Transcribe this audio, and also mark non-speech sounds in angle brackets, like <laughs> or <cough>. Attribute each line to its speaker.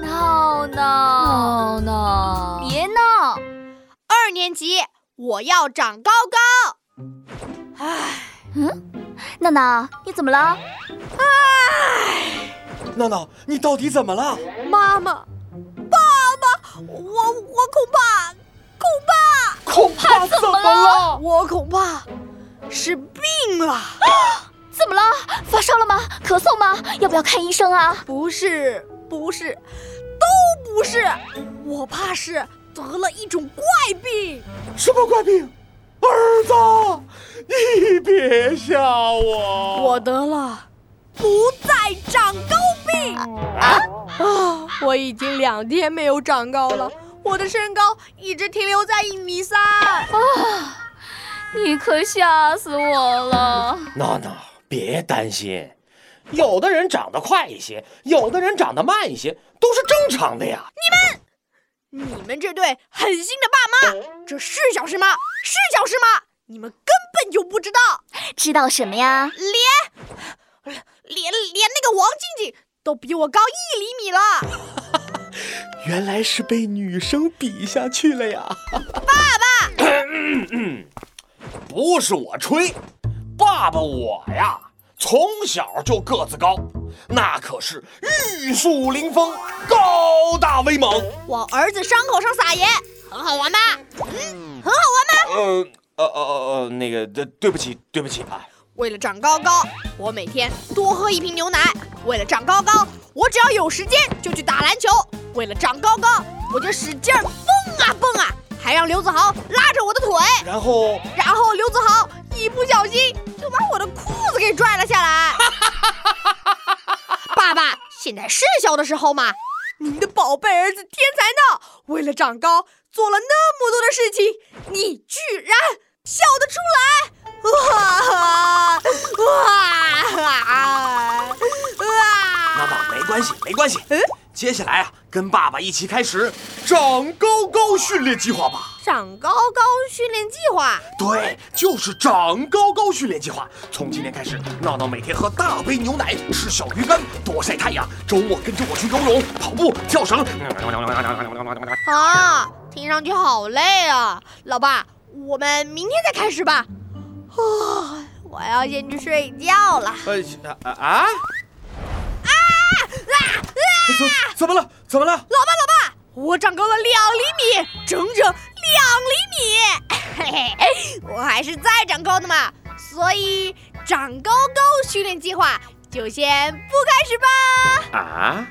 Speaker 1: 闹
Speaker 2: 闹
Speaker 1: 闹
Speaker 2: 闹，
Speaker 1: 别闹！
Speaker 3: 二年级我要长高高。唉，
Speaker 1: 闹闹，你怎么了？
Speaker 4: 闹闹，你到底怎么了？
Speaker 3: 妈妈，爸爸，我我恐怕恐怕
Speaker 4: 恐怕怎么了？
Speaker 3: 我恐怕是病了，
Speaker 1: 怎么了？发烧了吗？咳嗽吗？要不要看医生啊？
Speaker 3: 不是不是，都不是，我怕是得了一种怪病。
Speaker 4: 什么怪病？儿子，你别吓我！
Speaker 3: 我得了不再长高病啊啊！我已经两天没有长高了，我的身高一直停留在一米三。
Speaker 1: 你可吓死我了！
Speaker 5: 闹闹，别担心，有的人长得快一些，有的人长得慢一些，都是正常的呀。
Speaker 3: 你们这对狠心的爸妈，这是小是妈，是小是妈，你们根本就不知道，
Speaker 1: 知道什么呀？
Speaker 3: 连连那个王静静都比我高一厘米了。
Speaker 4: 原来是被女生比下去了呀！
Speaker 5: 不是我吹，爸爸我呀，从小就个子高，那可是玉树临风，高大威猛。
Speaker 3: 往儿子伤口上撒盐，很好玩吧？嗯
Speaker 5: 呃呃呃呃呃，那个，对对不起，对不起啊。
Speaker 3: 为了长高高，我每天多喝一瓶牛奶；为了长高高，我只要有时间就去打篮球；为了长高高，我就使劲儿蹦啊蹦啊，还让刘子豪拉着我的腿。
Speaker 5: 然后
Speaker 3: 然后刘子豪一不小心就把我的裤子给拽了下来。 <laughs> 爸爸，现在是小的时候嘛，您的宝贝儿子天才呢，为了长高做了那么多的事情，你居然笑得出来！哇哇
Speaker 5: 闹
Speaker 3: 哇！
Speaker 5: 闹没关
Speaker 4: 嗯
Speaker 5: 系，没关系。接下来啊，跟爸爸一起开始长高高训练计划吧。
Speaker 3: 长高高训练计划，
Speaker 5: 对，就是长高高训练计划。从今天开始，闹闹每天喝大杯牛奶，吃小鱼干，多晒太阳。周末跟着我去游泳、跑步、跳绳。嗯
Speaker 3: 啊，听上去好累啊！老爸，我们明天再开始吧。啊，我要先去睡觉了。
Speaker 4: 呃
Speaker 5: 嗯
Speaker 4: 啊啊！啊！
Speaker 5: 哎
Speaker 4: 怎怎么了？怎么了？
Speaker 3: 我长高了两厘米，整整两厘米， <laughs> 嘿嘿，我还是再长高的嘛。所以长
Speaker 4: 啊
Speaker 3: 高高训练计划就先不开始吧。
Speaker 5: 啊？